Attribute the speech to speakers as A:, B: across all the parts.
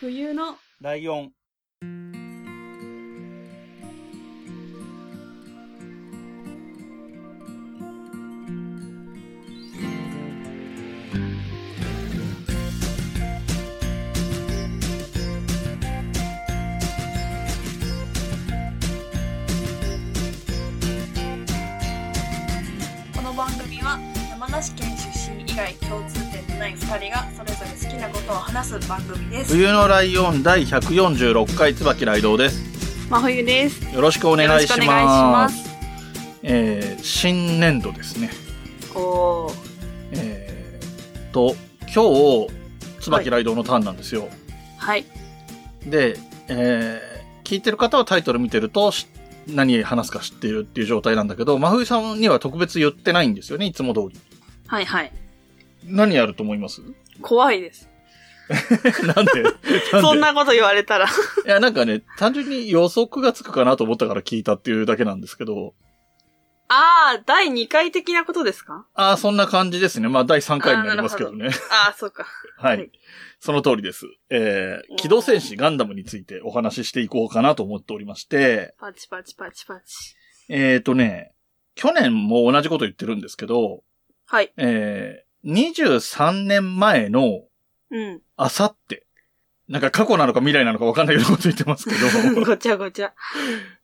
A: 冬の
B: ライオン。
C: この番組は山梨県出身以外共通点のない2人がそれぞれ好きなことを話す番組ですよ
B: 冬のライオン第146回椿ライドウです。
A: 真冬です。
B: よろしくお願
C: ろ
B: い
C: し
B: し
C: くお願いし
B: ま。
C: ますす
B: えー新年度ですね。
A: おお。
B: えー、と、今日、椿ライドウのターンなんですよ。
A: はい。
B: で、えー聞いてる方はタイトル見てると、し何話すか知っているっていう状態なんだけど、真冬さんには特別言ってないんですよね、いつも通り。
A: はいはい。
B: 何やると思います
A: 怖いです。
B: なんで
A: そん
B: で
A: なこと言われたら。
B: いや、なんかね、単純に予測がつくかなと思ったから聞いたっていうだけなんですけど、
A: ああ、第2回的なことですか
B: ああ、そんな感じですね。まあ、第3回になりますけどね。
A: ああ、そうか。
B: は
A: はいい。
B: その通りです。えー、機動戦士ガンダムについてお話ししていこうかなと思っておりまして、
A: パチパチパチパチ。
B: えーとね、去年も同じこと言ってるんですけど、
A: はい。
B: えー、23年前の
A: うん。
B: あさって、なんか過去なのか未来なのかわかんないようなこと言ってますけ ど、
A: ごちゃごちゃ。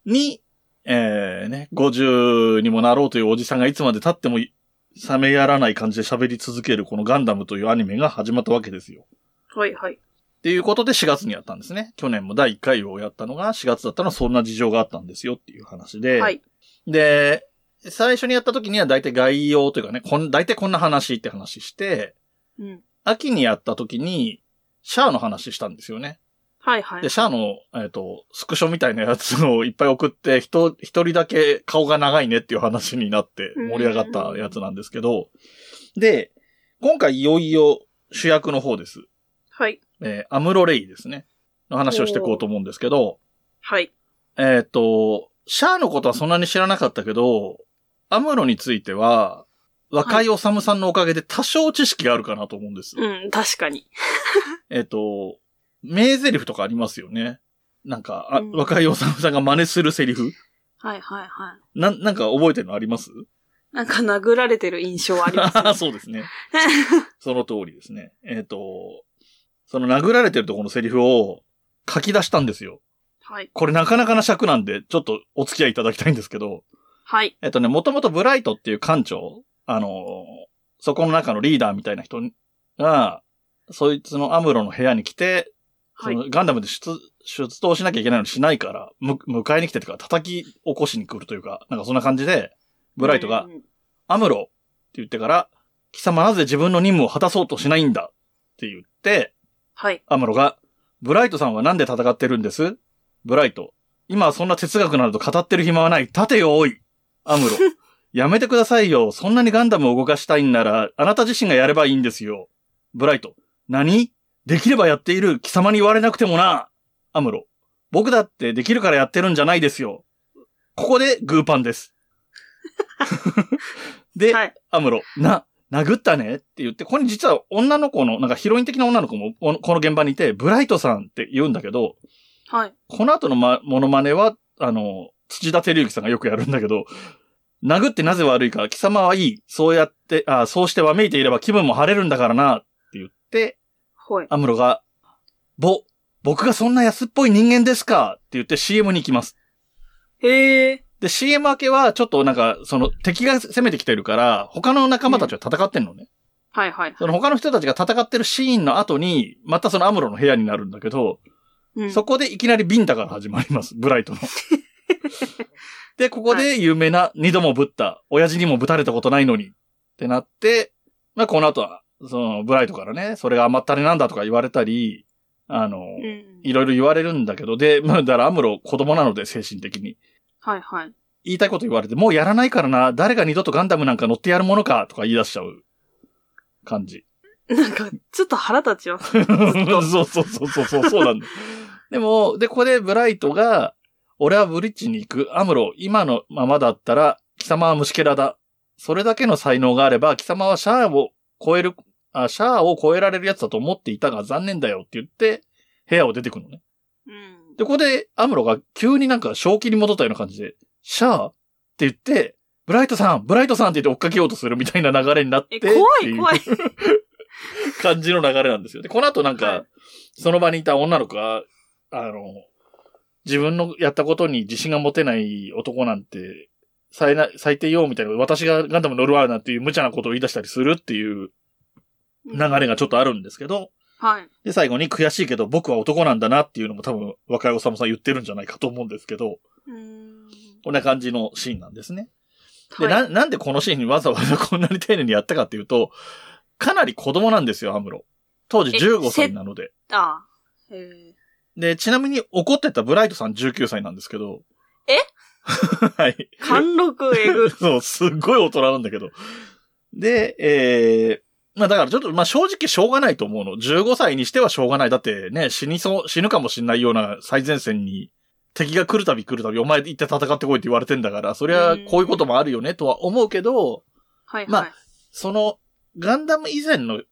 B: に、えー、ね、50にもなろうというおじさんがいつまで経っても冷めやらない感じで喋り続けるこのガンダムというアニメが始まったわけですよ。
A: はいはい。
B: っていうことで4月にやったんですね。去年も第1回をやったのが4月だったのはそんな事情があったんですよっていう話で。
A: はい。
B: で、最初にやった時には大体概要というかね、こん大体こんな話って話して、
A: うん。
B: 秋にやった時にシャアの話したんですよね。
A: はいはい
B: で、。シャアの、えっ、と、スクショみたいなやつをいっぱい送って、人、一人だけ顔が長いねっていう話になって盛り上がったやつなんですけど、で、今回いよいよ主役の方です。
A: はい。
B: えーアムロレイですね。の話をしていこうと思うんですけど、
A: はい。
B: えっ、と、シャアのことはそんなに知らなかったけど、アムロについては、若いおさむさんのおかげで多少知識があるかなと思うんです。
A: うん、確かに。
B: えっ、と、名台詞とかありますよね。なんか、あ
A: うん
B: 若いおさむさんが真似するセリフ
A: はいはいは
B: なん、なんか覚えてるのあります。
A: い。なんか殴られてる印象はあります、ね
B: そうですね。その通りですね。えっ、と、その殴られてるところのセリフを書き出したんですよ。
A: はい。
B: これなかなかな尺なんで、ちょっとお付き合いいただきたいんですけど、
A: はい。
B: えっとね、もともとブライトっていう館長、あのーそこの中のリーダーみたいな人が、そいつのアムロの部屋に来て、そ
A: はい。
B: のガンダムで出、出動しなきゃいけないのにしないから、む、迎えに来てというか、叩き起こしに来るというか、なんかそんな感じで、ブライトが
A: う、ん
B: アムロって言ってから、貴様なぜ自分の任務を果たそうとしないんだって言って、
A: はい。
B: アムロが、ブライトさんはなんで戦ってるんですブライト。今はそんな哲学など語ってる暇はない。立てよ、おい。ア ムロ。やめてくださいよ。そんなにガンダムを動かしたいんなら、あなた自身がやればいいんですよ。ブライト。何できればやっている。貴様に言われなくてもな。アムロ。僕だってできるからやってるんじゃないですよ。ここでグーパン です。で、
A: はい。
B: アムロ、な、殴ったねって言って、ここに実は女の子の、なんかヒロイン的な女の子もこのこの現場にいて、ブライトさんって言うんだけど、
A: はい。
B: この後のま、モノマネは、あの、土田照之さんがよくやるんだけど、殴ってなぜ悪いか、貴様はいい。そうやって、あそうしてわめいていれば気分も晴れるんだからな、って言って、
A: ほい。
B: アムロが、ぼ、僕がそんな安っぽい人間ですかって言って CM に行きます。
A: へえ。
B: で、CM 明けは、ちょっとなんか、その、敵が攻めてきてるから、他の仲間たちは戦ってんのね。
A: はいはい。
B: その他の人たちが戦ってるシーンの後に、またそのアムロの部屋になるんだけど、
A: うん
B: そこでいきなりビンタから始まります、ブラ イトの。で、ここで有名な、二度もぶった、親父にもぶたれたことないのに、ってなって、まあ、この後は、その、ブライトからね、それが甘ったれなんだとか言われたり、あの、
A: うん
B: いろいろ言われるんだけど、で、まあ、だからアムロ子供なので、精神的に。
A: はいはい。
B: 言いたいこと言われて、もうやらないからな、誰が二度とガンダムなんか乗ってやるものか、とか言い出しちゃう感じ。
A: なんか、ちょっと腹立ち ます。
B: そうそうそうそうそう、そうなんだ。でも、で、ここでブライトが、俺はブリッジに行く。アムロ、今のままだったら、貴様は虫けらだ。それだけの才能があれば、貴様はシャアを超える、あシャアを超えられるやつだと思っていたが残念だよって言って、部屋を出てくのね。
A: うん。
B: で、ここで、アムロが急になんか正気に戻ったような感じで、シャーって言って、ブライトさんブライトさんって言って追っかけようとするみたいな流れになって
A: え、怖
B: って
A: い、
B: う
A: 怖い。
B: 感じの流れなんですよ。で、この後なんか、
A: はい
B: その場にいた女の子が、あの、自分のやったことに自信が持てない男なんて、最な最低よみたいな、私がガンダム乗るわなんていう無茶なことを言い出したりするっていう流れがちょっとあるんですけど、
A: はい。
B: で、最後に悔しいけど僕は男なんだなっていうのも多分若いおさむさん言ってるんじゃないかと思うんですけど、
A: うん。
B: こんな感じのシーンなんですね。で、
A: はい
B: な、なんでこのシーンにわざわざこんなに丁寧にやったかっていうと、かなり子供なんですよ、アムロ。当時
A: え
B: 15
A: せ
B: 歳なので。
A: ああ。え
B: で、ちなみに怒ってたブライトさん19歳なんですけど。
A: え
B: はい。
A: ー、貫禄えぐ。
B: そう、すっごい大人なんだけど。で、えー、まあだからちょっと、まあ正直しょうがないと思うの。15歳にしてはしょうがない。だってね、死にそう、死ぬかもしんないような最前線に、敵が来るたび来るたび、お前行って戦ってこいって言われてんだから、そりゃこういうこともあるよねとは思うけど、
A: はい、
B: ま
A: は
B: あ
A: い。
B: その、ガンダム以前の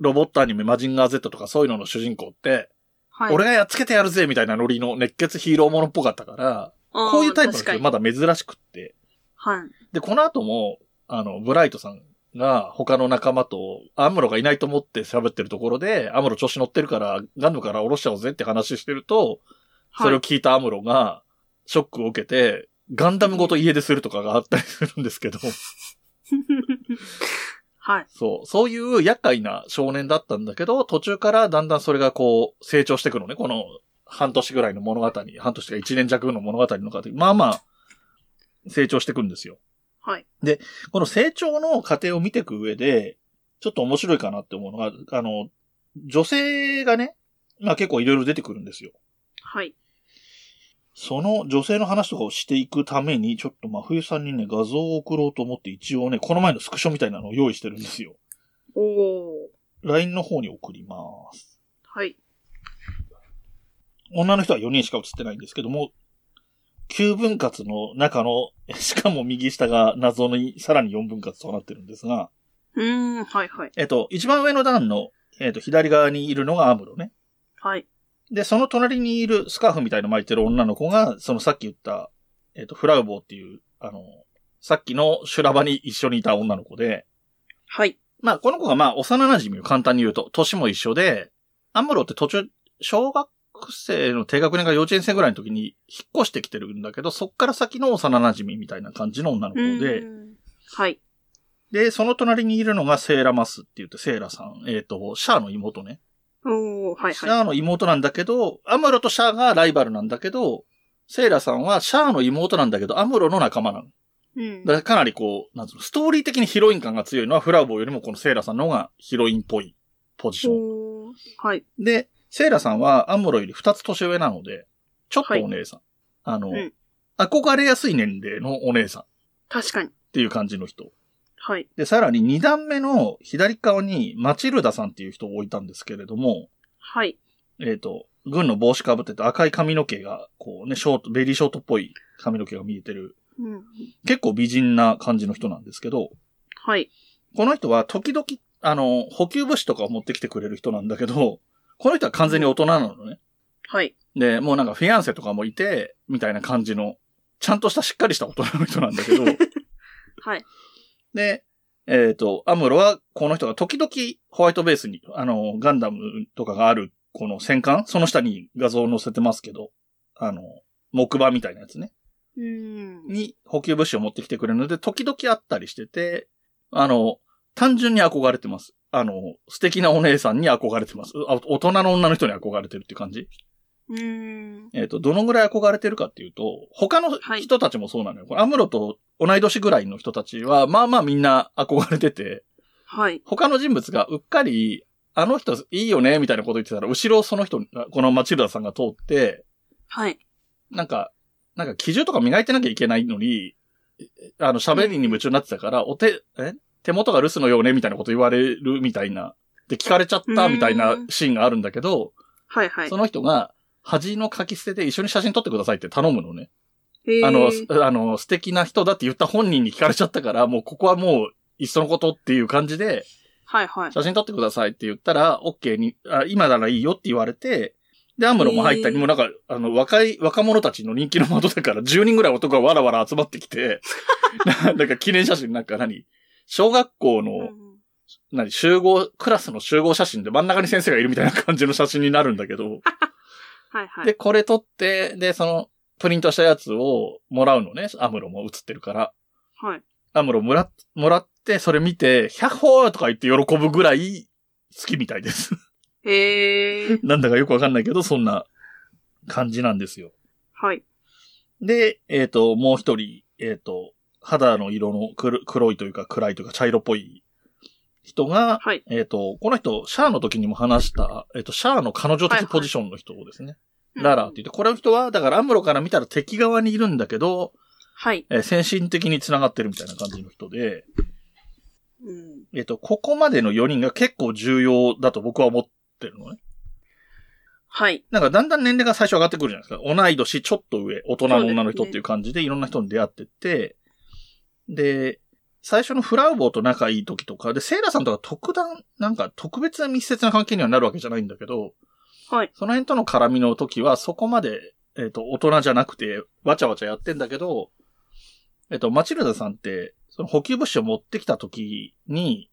B: ロボットアニメ、マジンガー Z とかそういうのの主人公って、
A: はい。
B: 俺がやっつけてやるぜみたいなノリの熱血ヒーローものっぽかったから、
A: あー、
B: こういうタイプの
A: 確か
B: 人
A: に
B: まだ珍しくって。
A: はい。
B: で、この後も、あの、ブライトさんが他の仲間と、アムロがいないと思って喋ってるところで、アムロ調子乗ってるから、ガンダムから降ろしちゃおうぜって話してると、それを聞いたアムロが、ショックを受けて、ガンダムごと家出するとかがあったりするんですけど、
A: はい。
B: そう、そういう厄介な少年だったんだけど、途中からだんだんそれがこう、成長していくのね。この、半年ぐらいの物語、半年か一年弱の物語の中で、まあまあ、成長していくんですよ。
A: はい。
B: この成長の過程を見ていく上で、ちょっと面白いかなって思うのが、あの、女性がね、まあ結構いろいろ出てくるんですよ。
A: はい。
B: その女性の話とかをしていくために、ちょっと真冬さんにね、画像を送ろうと思って一応ね、この前のスクショみたいなのを用意してるんですよ。
A: おお。
B: LINE の方に送ります。
A: はい。
B: 女の人は4人しか映ってないんですけども、9分割の中の、 しかも右下が謎にさらに4分割となってるんですが、
A: うーん、はい、はい。
B: えっと、一番上の段の、えっと、左側にいるのがアムロね。
A: はい。
B: で、その隣にいるスカーフみたいの巻いてる女の子が、そのさっき言った、えっと、フラウボーっていう、あの、さっきの修羅場に一緒にいた女の子で、
A: はい。
B: まあ、この子がまあ、幼馴染を簡単に言うと、年も一緒で、アムロって途中、小学生の低学年か幼稚園生ぐらいの時に引っ越してきてるんだけど、そっから先の幼馴染みたいな感じの女の
A: う
B: 子で、
A: ーん。はい。
B: で、その隣にいるのがセーラマスって言って、セーラさん、えっ、と、シャアの妹ね。
A: おおはい、
B: シ
A: は
B: ャアの妹なんだけど、アムロとシャアがライバルなんだけど、セーラさんはシャアの妹なんだけど、アムロの仲間なの。
A: い。うん。
B: だからかなりこう、なんつうの、ストーリー的にヒロイン感が強いのはフラウボーよりもこのセーラさんの方がヒロインっぽいポジション。
A: おーはい。
B: で、セイラさんはアムロより2つ年上なので、ちょっとお姉さん。あの、
A: うん
B: 憧れやすい年齢のお姉さんっ
A: 確かに。
B: ていう感じの人。
A: はい。
B: で、さらに2段目の左側にマチルダさんっていう人を置いたんですけれども、
A: はい。
B: えっ、と、軍の帽子かぶってて赤い髪の毛が、こうね、ショート、ベリーショートっぽい髪の毛が見えてる、
A: うん。
B: 結構美人な感じの人なんですけど、
A: はい。
B: この人は時々、あの、補給物資とかを持ってきてくれる人なんだけど、この人は完全に大人なのね。
A: はい。
B: で、もうなんかフィアンセとかもいて、みたいな感じの、ちゃんとしたしっかりした大人の人なんだけど、
A: はい。
B: で、えっ、と、アムロはこの人が時々ホワイトベースに、あの、ガンダムとかがある、この戦艦その下に画像を載せてますけど、あの、木馬みたいなやつね。
A: うーん。
B: に補給物資を持ってきてくれるので、時々会ったりしてて、あの、単純に憧れてます。あの、素敵なお姉さんに憧れてます。あ大人の女の人に憧れてるっていう感じ
A: うーん。
B: えっ、と、どのぐらい憧れてるかっていうと、他の
A: はい
B: 人たちもそうなのよ。これアムロと同い年ぐらいの人たちは、まあまあみんな憧れてて、
A: はい。
B: 他の人物がうっかり、あの人いいよね、みたいなこと言ってたら、後ろをその人が、このマチルダさんが通って、
A: はい。
B: なんか、なんか基準とか磨いてなきゃいけないのに、えあの、喋りに夢中になってたから、お手、え手元が留守のようね、みたいなこと言われるみたいな。で、聞かれちゃった、みたいなシーンがあるんだけど、
A: はい、はい
B: そ。の人が、恥の書き捨てで一緒に写真撮ってくださいって頼むのね。
A: えー
B: あの、すあの、素敵な人だって言った本人に聞かれちゃったから、もうここはもう、いっそのことっていう感じで、
A: はい、はい。
B: 写真撮ってくださいって言ったら、OK にあ、今ならいいよって言われて、で、アムロも入ったり、
A: へー
B: もうなんか、あの、若い、若者たちの人気の窓だから、10人ぐらい男がわらわら集まって きて、ななんか記念写真、なんか何小学校
A: うんう
B: の、
A: ん
B: 何集合、クラスの集合写真で真ん中に先生がいるみたいな感じの写真になるんだけど、
A: はいはい。
B: で、これ撮って、で、その、プリントしたやつをもらうのね、アムロも写ってるから。
A: はい。
B: アムロもら、もらって、それ見て、ヒャッホーとか言って喜ぶぐらい好きみたいです。
A: へえ。
B: なんだかよくわかんないけど、そんな感じなんですよ。
A: はい。
B: で、えっ、と、もう一人、えっ、と、肌の色の黒黒いというか暗いというか茶色っぽい人が、
A: はい
B: えっ、と、この人、シャアの時にも話した、えっ、と、シャアの彼女
A: はいは
B: 的
A: い
B: ポジションの人ですね。
A: うん
B: ララって言って、この人は、だからアムロから見たら敵側にいるんだけど、
A: はい。
B: えー先進的に繋がってるみたいな感じの人で、
A: うん。
B: えっ、と、ここまでの4人が結構重要だと僕は思ってるのね。
A: はい。
B: なんかだんだん年齢が最初上がってくるじゃないですか。同い年、ちょっと上、大人の女の人っていう感じでいろんな人に出会ってって、で、最初のフラウボーと仲いい時とか、で、セイラさんとか特段、なんか特別な密接な関係にはなるわけじゃないんだけど、
A: はい。
B: その辺との絡みの時はそこまで、えっ、と、大人じゃなくて、わちゃわちゃやってんだけど、えっ、と、マチルダさんって、その補給物資を持ってきた時に、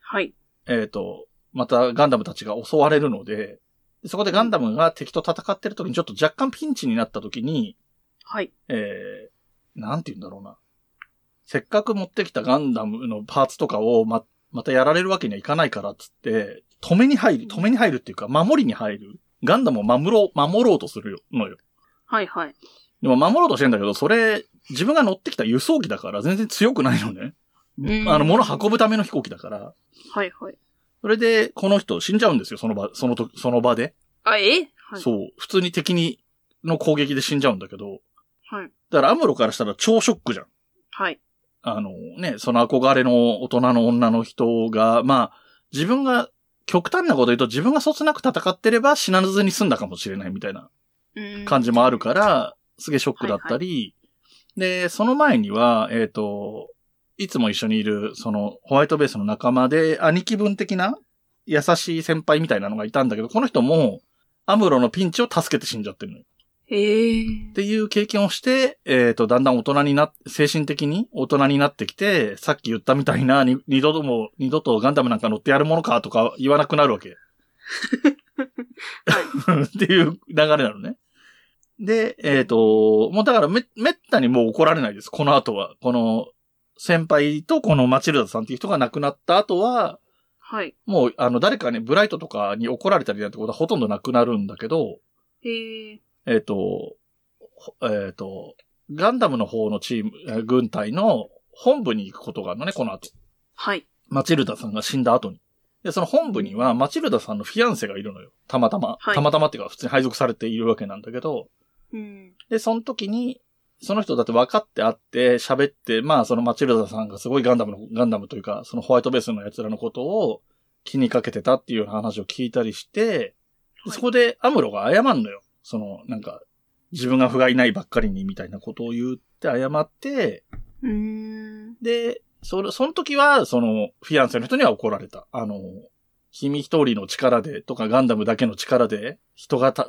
A: はい。
B: えっ、と、またガンダムたちが襲われるので、でそこでガンダムが敵と戦ってる時にちょっと若干ピンチになった時に、
A: はい。
B: えー、なんて言うんだろうな。せっかく持ってきたガンダムのパーツとかをま、またやられるわけにはいかないからっつって、止めに入る、止めに入るっていうか、守りに入る。ガンダムを守ろう、守ろうとするよのよ。
A: はい。はい。
B: でも守ろうとしてんだけど、それ、自分が乗ってきた輸送機だから全然強くないのね。
A: うん
B: あの、物運ぶための飛行機だから。
A: はい。はい。
B: それで、この人死んじゃうんですよ、その場、そのと、その場で。
A: あ、えはい。
B: そう。普通に敵に、の攻撃で死んじゃうんだけど。
A: はい。
B: だからアムロからしたら超ショックじゃん。
A: はい。
B: あのね、その憧れの大人の女の人が、まあ、自分が、極端なこと言うと自分がそつなく戦ってれば死なずに済んだかもしれないみたいな
A: うん
B: 感じもあるから、すげえショックだったり、で、その前には、えっ、と、いつも一緒にいる、その、ホワイトベースの仲間で、兄貴分的な、優しい先輩みたいなのがいたんだけど、この人も、アムロのピンチを助けて死んじゃってるのよ。
A: へえ。
B: っていう経験をして、えっ、と、だんだん大人になっ、精神的に大人になってきて、さっき言ったみたいな、に二度とも、二度とガンダムなんか乗ってやるものかとか言わなくなるわけ。っていう流れなのね。で、えっ、と、もうだからめ、めったにもう怒られないです。この後は。この、先輩とこのマチルダさんっていう人が亡くなった後は、
A: はい。
B: もう、あの、誰かね、ブライトとかに怒られたりなんてことはほとんどなくなるんだけど、
A: へえ。
B: えっ、と、ほえっ、と、ガンダムの方のチーム、えー軍隊の本部に行くことがあるのね、この後。
A: はい。
B: マチルダさんが死んだ後に。で、その本部には、マチルダさんのフィアンセがいるのよ。たまたま。
A: はい
B: たまたまっていうか、普通に配属されているわけなんだけど、
A: うん。
B: で、その時に、その人だって分かってあって、喋って、まあ、そのマチルダさんがすごいガンダムの、ガンダムというか、そのホワイトベースの奴らのことを気にかけてたっていうような話を聞いたりして、
A: はい
B: そこでアムロが謝んのよ。その、なんか、自分が不甲斐ないばっかりにみたいなことを言って謝って、
A: うーん。
B: で、その、その時は、その、フィアンセの人には怒られた。あの、君一人の力で、とかガンダムだけの力で、人がた、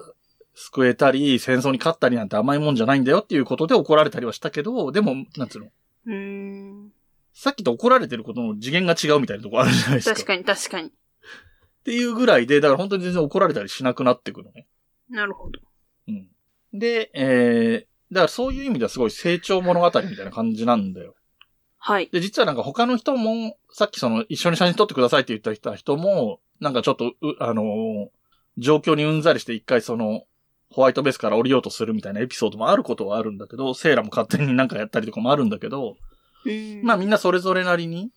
B: 救えたり、戦争に勝ったりなんて甘いもんじゃないんだよっていうことで怒られたりはしたけど、でも、なんつうの、
A: うーん。
B: さっきと怒られてることの次元が違うみたいなとこあるじゃないですか。
A: 確かに確かに。
B: っていうぐらいで、だから本当に全然怒られたりしなくなってくるのね。
A: なるほど。
B: うん。で、えー、だからそういう意味ではすごい成長物語みたいな感じなんだよ。
A: はい。
B: で、実はなんか他の人も、さっきその一緒に写真撮ってくださいって言った人人も、なんかちょっと、うあのー状況にうんざりして一回その、ホワイトベースから降りようとするみたいなエピソードもあることはあるんだけど、セーラも勝手になんかやったりとかもあるんだけど、
A: うん
B: まあみんなそれぞれなりに、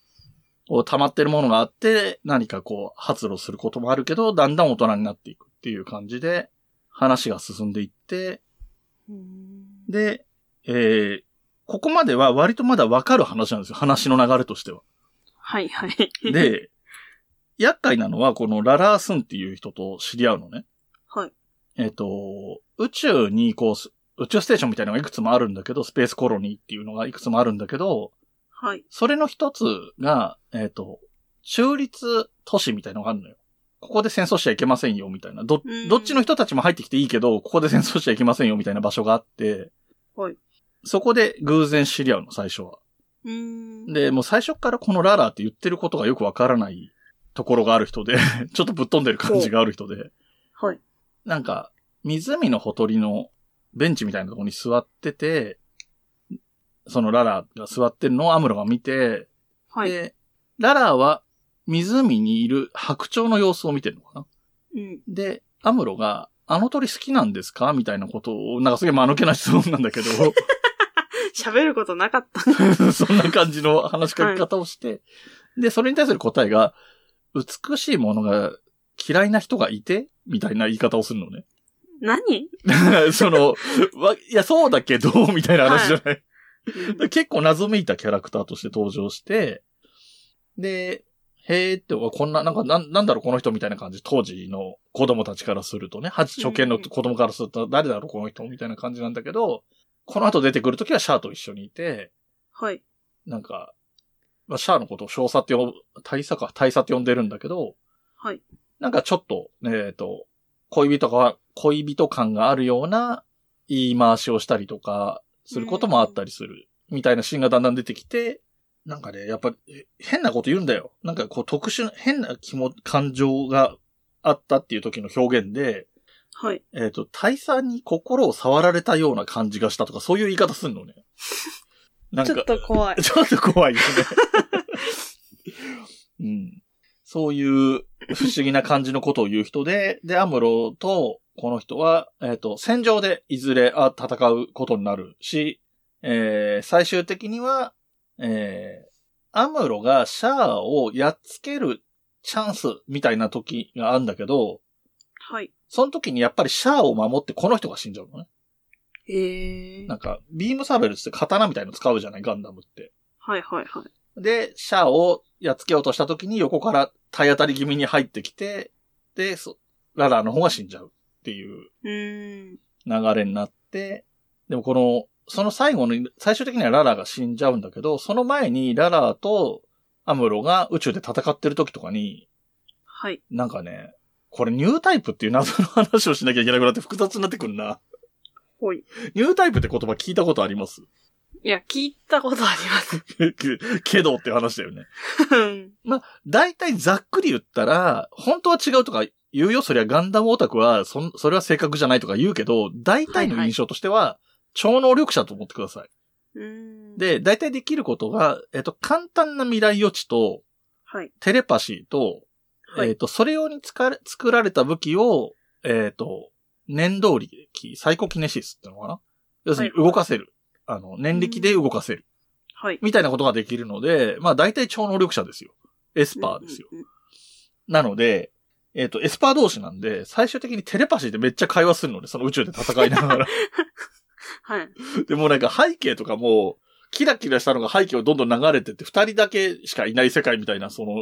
B: こう溜まってるものがあって、何かこう発露することもあるけど、だんだん大人になっていくっていう感じで、話が進んでいって、
A: うん
B: で、えー、ここまでは割とまだわかる話なんですよ。話の流れとしては。
A: はいはい。
B: で、厄介なのは、このララースンっていう人と知り合うのね。
A: はい。
B: えっ、と、宇宙にこうす、宇宙ステーションみたいなのがいくつもあるんだけど、スペースコロニーっていうのがいくつもあるんだけど、
A: はい。
B: それの一つが、えっ、と、中立都市みたいなのがあるのよ。ここで戦争しちゃいけませんよ、みたいな。ど
A: う、ん
B: どっちの人たちも入ってきていいけど、ここで戦争しちゃいけませんよ、みたいな場所があって、
A: はい
B: そこで偶然知り合うの、最初は。
A: うーん。
B: で、もう最初からこのララーって言ってることがよくわからないところがある人 で、ちょっとぶっ飛んでる感じがある人で、
A: はい。
B: なんか、湖のほとりのベンチみたいなところに座ってて、そのララーが座ってるのをアムロが見て、
A: はい。
B: で、ララーは湖にいる白鳥の様子を見てるのかな
A: うん。
B: で、アムロが、あの鳥好きなんですかみたいなことを、なんかすげえ間抜けな質問なんだけど、
A: 喋ることなかった。
B: そんな感じの話しかけ方をして、で、それに対する答えが、美しいものが嫌いな人がいてみたいな言い方をするのね。
A: 何
B: その、わいや、そうだけど、 みたいな話じゃない。結構謎めいたキャラクターとして登場して、で、へーって、うわこんな、なんか、なんなんだろう、この人みたいな感じ、当時の子供たちからするとね、初初見の子供からすると、誰だろう、この人みたいな感じなんだけど、この後出てくるときはシャアと一緒にいて、
A: はい。
B: なんか、まあ、シャアのことを少佐って呼ぶ、大佐か、大佐って呼んでるんだけど、
A: はい。
B: なんかちょっと、えっ、と、恋人が、恋人感があるような言い回しをしたりとか、することもあったりする、みたいなシーンがだんだん出てきて、なんかね、やっぱりえ変なこと言うんだよ。なんかこう特殊な、変な気も、感情があったっていう時の表現で、
A: はい。
B: えっ、と、大佐に心を触られたような感じがしたとか、そういう言い方す んのね。なん
A: ちょっと怖い。
B: ちょっと怖いよね。 うん。そういう不思議な感じのことを言う人で、で、アムロとこの人は、えっ、と、戦場でいずれあ戦うことになるし、えー最終的には、えーアムロがシャアをやっつけるチャンスみたいな時があるんだけど、
A: はい。
B: その時にやっぱりシャアを守ってこの人が死んじゃうのね。
A: ええ
B: なんか、ビームサーベルって刀みたいの使うじゃない、ガンダムって。
A: はいはいはい。
B: で、シャアをやっつけようとした時に横から体当たり気味に入ってきて、で、そララの方が死んじゃうっていう
A: うーん。
B: 流れになって、でもこの、その最後の、最終的にはララが死んじゃうんだけど、その前にララとアムロが宇宙で戦ってる時とかに、
A: はい。
B: なんかね、これニュータイプっていう謎の話をしなきゃいけなくなって複雑になってくんな。
A: ほい。
B: ニュータイプって言葉聞いたことあります
A: いや、聞いたことあります。
B: けけどって話だよね。
A: うん
B: 大体ざっくり言ったら、本当は違うとか言うよ。そりゃガンダムオタクは、そん、それは正確じゃないとか言うけど、大体の印象としては、超能力者と思ってください。
A: うーん。、
B: で、大体できることが、えっと、簡単な未来予知と、
A: はい。
B: テレパシーと、
A: はい
B: えっと、それ用に使われ作られた武器を、えっと、念動力、サイコキネシスってのかな要するに動かせる。あの、念力で動かせる。
A: はい。
B: みたいなことができるので、まあ大体超能力者ですよ。エスパーですよ。
A: うんうんうん。
B: なので、えっ、と、エスパー同士なんで、最終的にテレパシーでめっちゃ会話するので、その宇宙で戦いながら。
A: はい。
B: でもうなんか背景とかも、キラキラしたのが背景をどんどん流れてって、二人だけしかいない世界みたいな、その、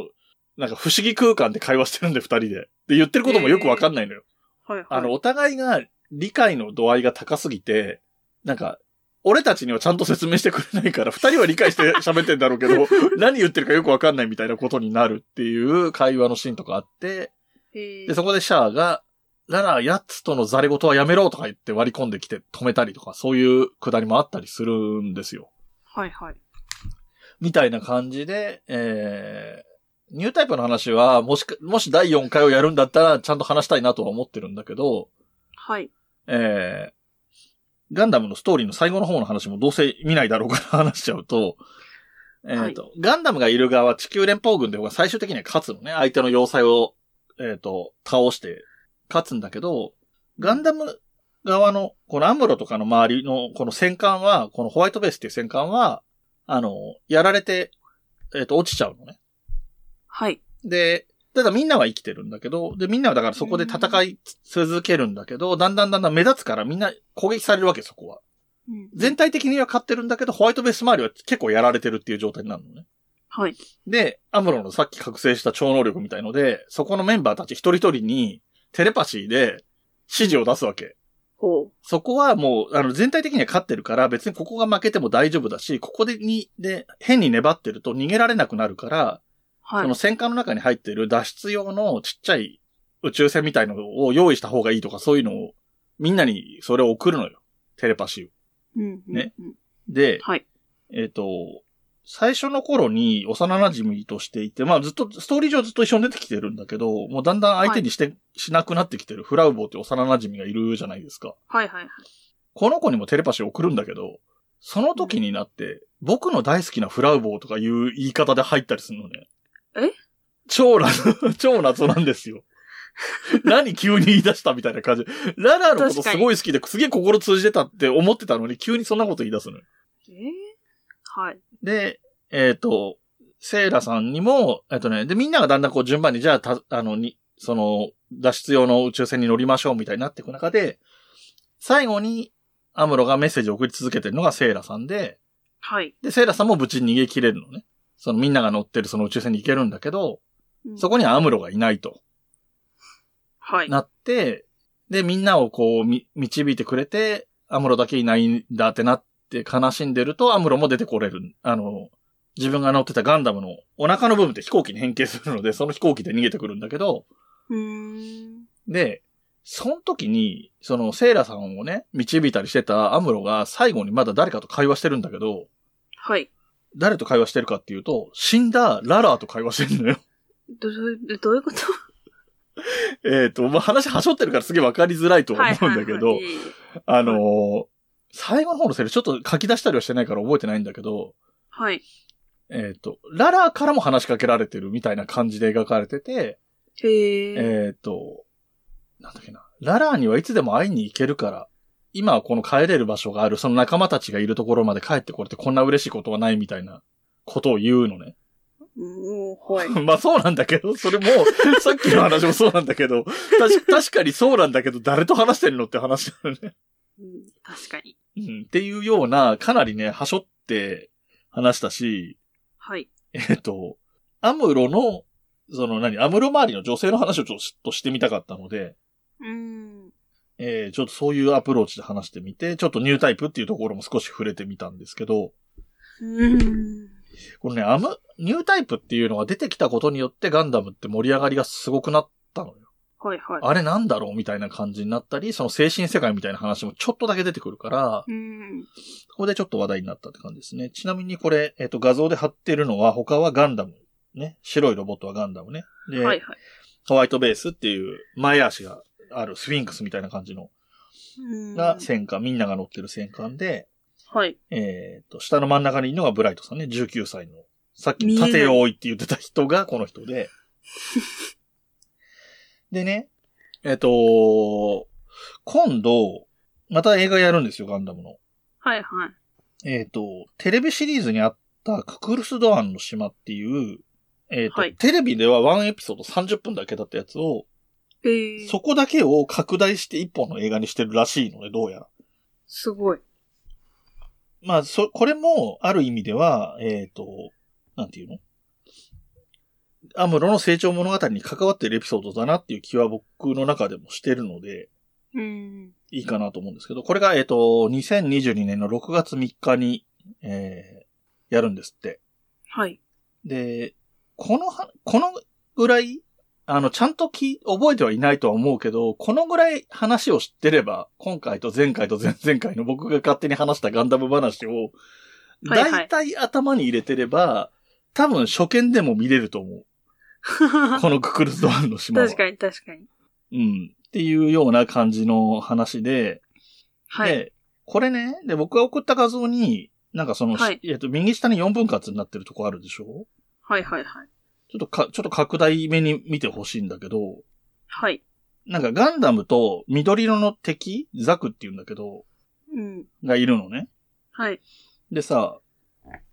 B: なんか不思議空間で会話してるんで、二人で。で、言ってることもよくわかんないのよ。
A: はい。
B: あの、、お互いが理解の度合いが高すぎて、なんか、俺たちにはちゃんと説明してくれないから、二人は理解して喋ってんだろうけど、何言ってるかよくわかんないみたいなことになるっていう会話のシーンとかあって、
A: え
B: で、
A: え
B: そこでシャアが、なら、やつとのざれ言はやめろとか言って割り込んできて止めたりとか、そういうくだりもあったりするんですよ。
A: はいはい。
B: みたいな感じで、えー、ニュータイプの話は、もしか、もし第4回をやるんだったら、ちゃんと話したいなとは思ってるんだけど、
A: はい。
B: えー、ガンダムのストーリーの最後の方の話もどうせ見ないだろうから話しちゃうと、えっ、と、ガンダムがいる側は地球連邦軍で方が最終的には勝つのね。相手の要塞を、えっ、と、倒して勝つんだけど、ガンダム側の、このアムロとかの周りのこの戦艦は、このホワイトベースっていう戦艦は、あの、やられて、えっ、と、落ちちゃうのね。
A: はい。
B: で、ただみんなは生きてるんだけど、で、みんなはだからそこで戦い続けるんだけど、だんだんだんだん目立つからみんな攻撃されるわけ、そこは。
A: うん
B: 全体的には勝ってるんだけど、ホワイトベース周りは結構やられてるっていう状態になるのね。
A: はい。
B: で、アムロのさっき覚醒した超能力みたいので、そこのメンバーたち一人一人にテレパシーで指示を出すわけ。
A: ほ
B: そこはもう、あの、全体的には勝ってるから、別にここが負けても大丈夫だし、ここでに、で、変に粘ってると逃げられなくなるから、
A: う。は
B: その
A: い。
B: 戦艦の中に入ってる脱出用のちっちゃい宇宙船みたいのを用意した方がいいとか、そういうのを、みんなにそれを送るのよ。テレパシーを。
A: うん。
B: ね。で、
A: はい。
B: えっ、と、最初の頃に幼馴染としていて、まあずっと、ストーリー上ずっと一緒に出てきてるんだけど、もうだんだん相手にして、しなくなってきてるフラウボーって幼馴染がいるじゃないですか。
A: はいはいはい。
B: この子にもテレパシーを送るんだけど、その時になって、僕の大好きなフラウボーとかいう言い方で入ったりするのね。
A: え
B: 超謎、 超謎なんですよ。何急に言い出したみたいな感じ。ララのことすごい好きで、すげえ心通じてたって思ってたのに、急にそんなこと言い出すのよ。
A: えー、はい。
B: で、えっ、と、セイラさんにも、えっ、とね、で、みんながだんだんこう順番に、じゃあ、た、あの、に、その、脱出用の宇宙船に乗りましょうみたいになっていく中で、最後に、アムロがメッセージを送り続けてるのがセイラさんで、
A: はい。
B: で、セイラさんも無事に逃げ切れるのね。そのみんなが乗ってるその宇宙船に行けるんだけど、そ
A: こ。
B: こにはアムロがいないと
A: はい。
B: なって、で、みんなをこう、み、導いてくれて、アムロだけいないんだってなって悲しんでると、アムロも出てこれる。あの、自分が乗ってたガンダムのお腹の部分って飛行機に変形するので、その飛行機で逃げてくるんだけど、
A: うーん。
B: で、その時に、そのセイラさんをね、導いたりしてたアムロが最後にまだ誰かと会話してるんだけど、
A: はい。
B: 誰と会話してるかっていうと、死んだララーと会話してるのよ。
A: ど、どうどういうこと
B: えっと、まあ、話端折ってるからすげえわかりづ らいとは思うんだけど、
A: はいはいはい
B: あのー最後の方のセリフちょっと書き出したりはしてないから覚えてないんだけど、
A: はい。
B: えっ、と、ララからも話しかけられてるみたいな感じで描かれてて、
A: へえ。
B: えっ、と、なんだっけな、ララにはいつでも会いに行けるから、今はこの帰れる場所がある、その仲間たちがいるところまで帰ってこれてこんな嬉しいことはないみたいなことを言うのね。
A: うんおはい。
B: まあそうなんだけど、それも、さっきの話もそうなんだけど、たし確かにそうなんだけど、誰と話してるのって話なのね。
A: うん確かに。
B: うんっていうような、かなりね、はしょって話したし、
A: はい。
B: えっと、アムロの、その何、アムロ周りの女性の話をちょっとしてみたかったので、
A: うーん。
B: えーちょっとそういうアプローチで話してみて、ちょっとニュータイプっていうところも少し触れてみたんですけど、
A: うん。
B: これね、アム、ニュータイプっていうのが出てきたことによってガンダムって盛り上がりがすごくなったのよ。
A: はいはい。
B: あれなんだろうみたいな感じになったり、その精神世界みたいな話もちょっとだけ出てくるから、
A: うん。
B: ここでちょっと話題になったって感じですね。ちなみにこれ、えっ、と、画像で貼ってるのは、他はガンダム。ね。白いロボットはガンダムね。で、
A: はいはい。
B: ホワイトベースっていう前足があるスフィンクスみたいな感じの
A: うん
B: が戦艦、みんなが乗ってる戦艦で、
A: はい。
B: えっ、と、下の真ん中にいるのがブライトさんね、19歳の。さっきの縦を置いって言ってた人がこの 人で。でね、えっ、と、今度、また映画やるんですよ、ガンダムの。
A: はいはい。
B: えっ、と、テレビシリーズにあったククルスドアンの島っていう、えっ、と、
A: はい
B: テレビではワンエピソード30分だけだったやつを、
A: ええ。
B: そこだけを拡大して一本の映画にしてるらしいので、どうやら。
A: すごい。
B: まあ、そ、これも、ある意味では、えっ、と、なんていうのアムロの成長物語に関わってるエピソードだなっていう気は僕の中でもしてるので、
A: うん。
B: いいかなと思うんですけど、これが、えっ、と、2022年の6月3日に、えー、やるんですって。
A: はい。
B: で、このは、このぐらい、あの、ちゃんとき、覚えてはいないとは思うけど、このぐらい話を知ってれば、今回と前回と前々回の僕が勝手に話したガンダム話を、
A: はいはい
B: だいたい頭に入れてれば、多分初見でも見れると思う。
A: 確
B: このククルスドアンの島は。
A: かに 確かに。
B: うん。っていうような感じの話で、
A: はい。
B: で、これね、で、僕が送った画像に、なんかその、
A: はい
B: えっと、右下に4分割になってるとこあるでしょ
A: はいはいはい。
B: ちょっとか、ちょっと拡大目に見てほしいんだけど、
A: はい。
B: なんかガンダムと緑色の敵、ザクって言うんだけど、
A: うん。
B: がいるのね。
A: はい。
B: でさ、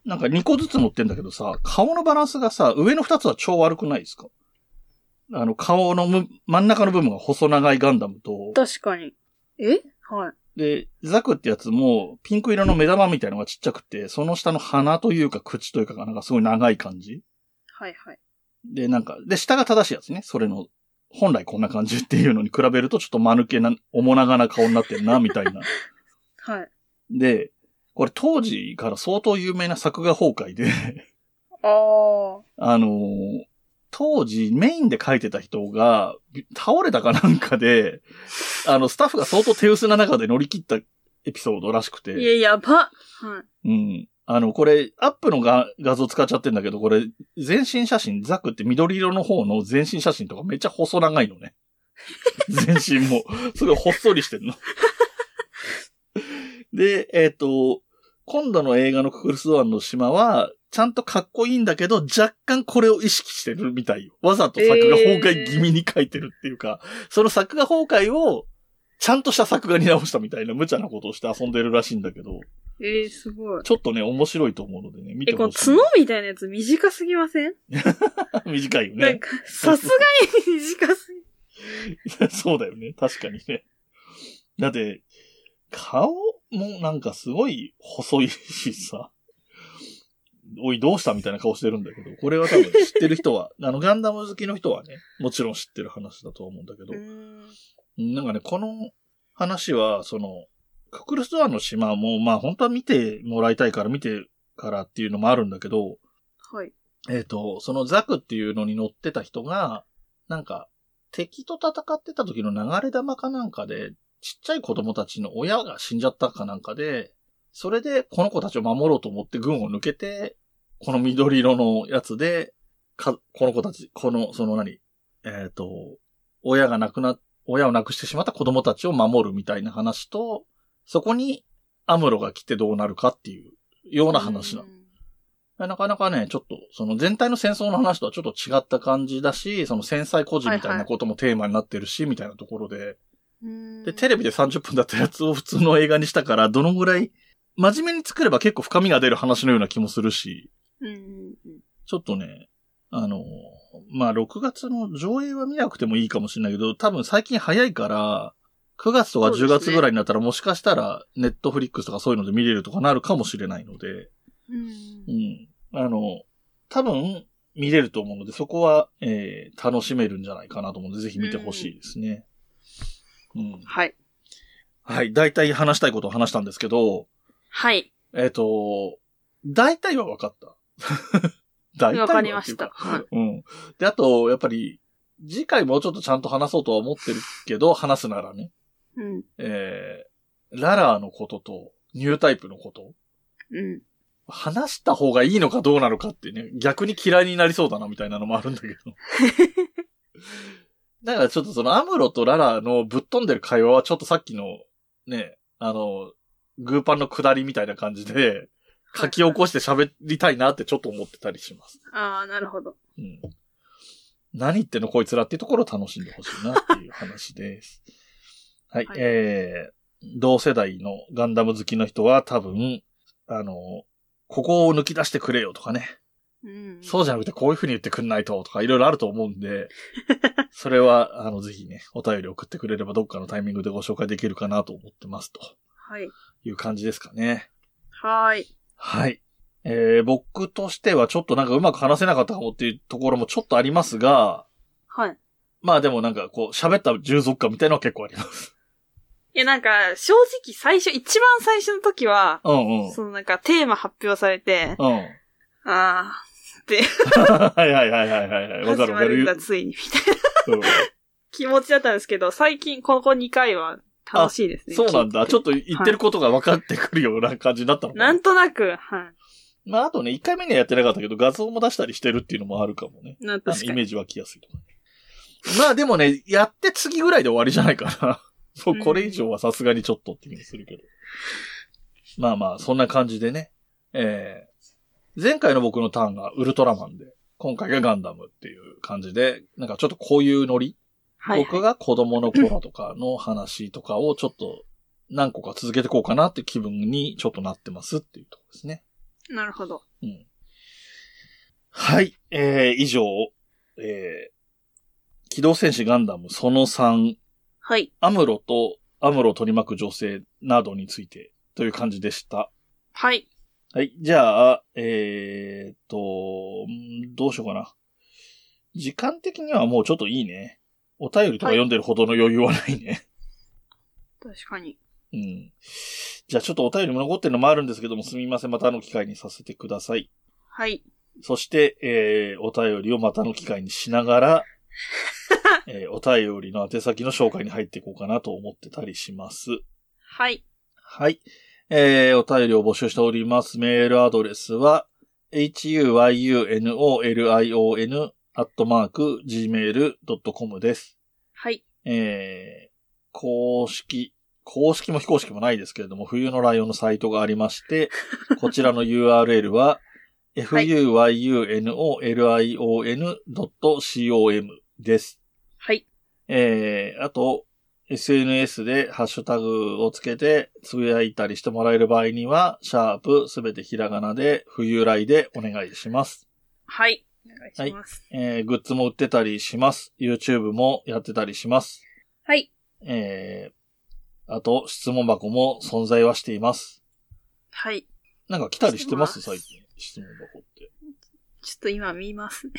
B: なんか2個ずつ乗ってんだけどさ、顔のバランスがさ、上の2つは超悪くないですかあの、顔のむ真ん中の部分が細長いガンダムと、
A: 確かに。えはい。
B: で、ザクってやつも、ピンク色の目玉みたいのがちっちゃくて、その下の鼻というか口というかがなんかすごい長い感じ。
A: はいはい。
B: で、なんか、で、下が正しいやつね。それの、本来こんな感じっていうのに比べると、ちょっと間抜けな、重長な顔になってるな、みたいな。
A: はい。
B: で、これ当時 から相当有名な作画崩壊で、
A: ああ。
B: あのー当時メインで書いてた人が倒れたかなんかで、あの、スタッフが相当手薄な中で乗り切ったエピソードらしく
A: い
B: て、
A: や、やば。はい。
B: うん。あの、これ、アップのが画像使っちゃってんだけど、これ、全身写真、ザクって緑色の方の全身写真とかめっちゃ細長いのね。 全身も、すごいほっそりしてんの。 で、えっ、と、今度の映画のククルスワンの島は、ちゃんとかっこいいんだけど、若干これを意識してるみたいよ。わざと作画崩壊気味に書いてるっていうか、その作画崩壊を、ちゃんとした作画に直したみたいな無茶なことをして遊んでるらしいんだけど、
A: ええすごい。
B: ちょっとね、面白いと思うのでね、見
A: え、
B: て
A: この
B: ほしい
A: 角。みたいなやつ短すぎません、
B: 短いよ
A: なん
B: ね。
A: か、さすがに短すぎ。
B: そうだよね。確かにね。だって、顔もなんかすごい細いしさ。おい、どうしたみたいな顔してるんだけど、これは多分知ってる人は、 あの、ガンダム好きの人はね、もちろん知ってる話だと思うんだけど
A: う、ーん。
B: なんかね、この話は、その、ククルスワンの島も、まあ本当は見てもらいたいから見てからっていうのもあるんだけど、
A: はい。
B: えっ、と、そのザクっていうのに乗ってた人が、なんか、敵と戦ってた時の流れ玉かなんかで、ちっちゃい子供たちの親が死んじゃったかなんかで、それでこの子たちを守ろうと思って軍を抜けて、この緑色のやつで、か、この子たち、この、その何、えっ、と、親が亡くな、親を亡くしてしまった子供たちを守るみたいな話と、そこにアムロが来てどうなるかっていうような話なの
A: うん
B: なかなかね、ちょっと、その全体の戦争の話とはちょっと違った感じだし、その戦災孤児みたいなこともテーマになってるし、みたいなところで。
A: うーん。
B: で、テレビで30分だったやつを普通の映画にしたから、どのぐらい、真面目に作れば結構深みが出る話のような気もするし、
A: うんうんうん。
B: ちょっとね、あの、まあ、6月の上映は見なくてもいいかもしれないけど、多分最近早いから、9月とか10
A: そうで
B: 月
A: すね
B: ぐらいになったら、もしかしたら、ネットフリックスとかそういうので見れるとかなるかもしれないので、
A: うん
B: う。ん。あの、多分見れると思うので、そこは、えー楽しめるんじゃないかなと思うので、ぜひ見てほしいですね。うん。
A: はい。
B: はい。大体話したいことを話したんですけど、
A: はい。
B: えっ、と、大体は分かった。 大体は
A: わかりまし。
B: ったて
A: はい。
B: いうか。うん。で、あと、やっぱり、次回もうちょっとちゃんと話そうとは思ってるけど、話すならね、
A: うん。
B: えー、ララーのことと、ニュータイプのこと、
A: うん。
B: 話した方がいいのかどうなのかってね、逆に嫌いになりそうだなみたいなのもあるん だけど。だからちょっとそのアムロとララのぶっ飛んでる会話はちょっとさっきのね、あの、グーパンの下りみたいな感じで書き起こして喋りたいなってちょっと思ってたりします。
A: ああ、なるほど。
B: うん。何言ってんのこいつらっていうところを楽しんでほしいなっていう話 です。はい、
A: はい
B: えー、同世代のガンダム好きの人は多分、あの、ここを抜き出してくれよとかね。
A: うん。
B: そうじゃなくてこういう風に言ってくんないととかいろいろあると思う んで、それは、あの、ぜひね、お便り送ってくれればどっかのタイミングでご紹介できるかなと思ってますと
A: はい。
B: いう感じですかね。
A: はーい。
B: はい。えー、僕としてはちょっとなんかうまく話せなかったかもっていうところもちょっとありますが、
A: はい。
B: まあでもなんかこう喋った従属感みたいなのは結構あ ります。
A: いや、なんか、正直最初、一番最初の時は、
B: うんうん。
A: そのなんか、テーマ発表されて、
B: うん。
A: あ
B: はいはいはいはいはいは
A: あ、
B: い。わ
A: 始
B: かるわ
A: ま
B: か
A: るん
B: る。
A: だ、ついに、みたいな
B: うん
A: 気持ちだったんですけど、最近、ここ2回は楽しいですね。
B: そうなんだ。ちょっ
A: と。
B: と言ってることが分かってくるような感じになったのか
A: な
B: な。
A: んとなく、は
B: まああとね、1回目にはやってなかったけど画像も出したりしてるっていうのもあるかもね。
A: い。なん
B: あの
A: 確
B: イ
A: か
B: メ
A: に。
B: ージ湧きやすいとかね。まあでもね、やって次ぐらいで終わりじゃないか な。そう、これ以上はさすがにちょっとって気もするけど。まあまあ、そんな感じでね。えー、前回の僕のターンがウルトラマンで、今回がガンダムっていう感じで、なんかちょっとこういうノリ、
A: はい、
B: 僕
A: はい。
B: が子供の頃とかの話とかをちょっと何個か続けてこうかなって気分にちょっとなってますっていうところですね。
A: なるほど。
B: うんはい。えー、以上、えー、機動戦士ガンダムその3、
A: はい。
B: アムロとアムロを取り巻く女性などについてという感じでした。
A: はい。
B: はい。じゃあ、えーっと、んどうしようかな。時間的にはもうちょっといいね。お便りとか読んでるほどの余裕はないね。
A: 確かに。
B: うん。じゃあちょっとお便りも残ってるのもあるんですけども、すみません。またあの機会にさせてください。
A: はい。
B: そして、えーお便りをまたの機会にしながら、えーお便りの宛先の紹介に入っていこうかなと思ってたりします。
A: はい。
B: はい。えー、お便りを募集しております。メールアドレスは、huyunolion アットマーク gmail.com です。
A: はい。
B: えー、公式、公式も非公式もないですけれども、冬のライオンのサイトがありまして、こちらの URL は、
A: い
B: fuyunolion.com です。
A: はい。
B: えー、あと、SNS でハッシュタグをつけてつぶやいたりしてもらえる場合には、シャープすべてひらがなで、冬来でお願いします。
A: はい。お願いします。
B: えー、グッズも売ってたりします。YouTube もやってたりします。
A: はい。
B: えー、あと、質問箱も存在はしています。
A: はい。
B: なんか来たりしてます
A: してま
B: 最
A: す
B: 近、質問箱って。
A: ちょっと今見ますね。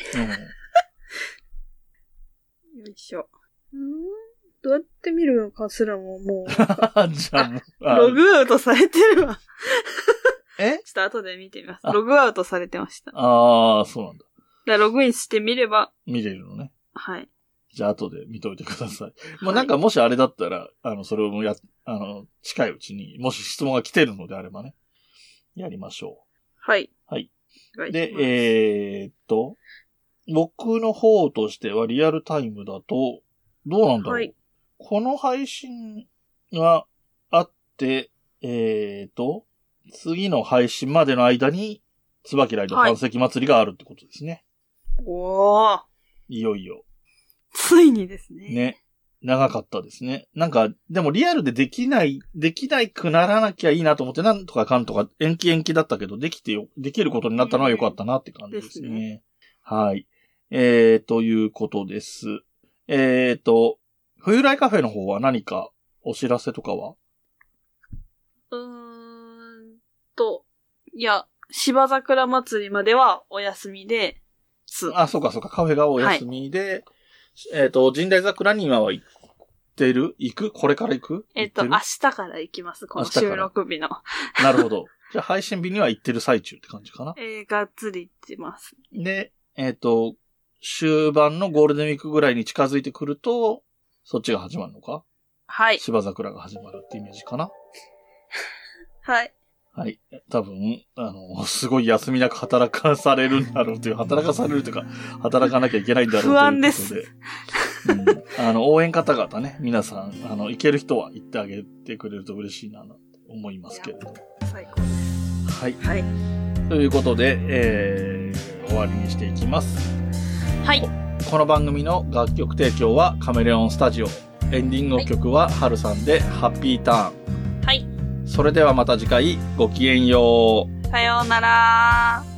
B: うん。
A: よいしょ。うんどうやって見るのかすらも もう、
B: じゃあもう、あ
A: ログアウトされてるわ。ち
B: え
A: ょっと後で見てみます。
B: あ
A: ログアウトされてました。だか
B: ああ、そうなんだ。
A: らログインしてみれば、
B: 見れるのね。
A: はい。
B: じゃあ後で見といてください。まあ、なんかもしあれだったら、あの、それをや、あの、近いうちに、もし質問が来てるのであればね、やりましょ
A: はい。
B: はい
A: お願いします。
B: う。で、えーっと、僕の方としてはリアルタイムだと、どうなんだろう。
A: はい
B: この配信があって、えーっと、次の配信までの間に、椿ライド
A: はい
B: 半石祭りがあるってことですね。
A: おー。
B: いよいよ。
A: ついにですね。
B: ね。長かったですね。なんか、でもリアルでできない、できないくならなきゃいいなと思って、なんとかかんとか延期延期だったけど、できてよ、できることになったのは良かったなって感じですね。
A: うんです
B: はい。えー、ということです。えーと、冬来カフェの方は何かお知らせとかは
A: うーんと、いや、芝桜祭りまではお休みで、す。
B: あ、そうかそうか、カフェがお休みで、えーと、神代桜に今は行ってる行くこれから行く
A: えっと、
B: 行
A: 明
B: て
A: 日から行きます、この
B: 明日から
A: 収録日の。
B: るなるほど。 じゃあ配信日には行ってる最中って感じかな
A: えー、がっつり行ってます。
B: で、えっ、と、終盤のゴールデンウィークぐらいに近づいてくると、そっちが始まるのか
A: はい。
B: 芝桜が始まるってイメージかな
A: はい。
B: はい。多分、あの、 すごい休みなく働かされるんだろうという、働かされるというか、働かなきゃいけないんだろうという
A: 不安です
B: ことで。うん、あの、応援方々ね、皆さん、あの、行ける人は行ってあげてくれると嬉しいな、と思いますけれど。
A: 最高です。
B: はい。
A: はい。
B: ということで、えー、終わりにしていきます。
A: はい。
B: この番組の楽曲提供はカメレオンスタジオエンディングの曲はハルさんで「ハッピーターン
A: はい。」
B: それではまた次回ごきげんよう
A: さようなら。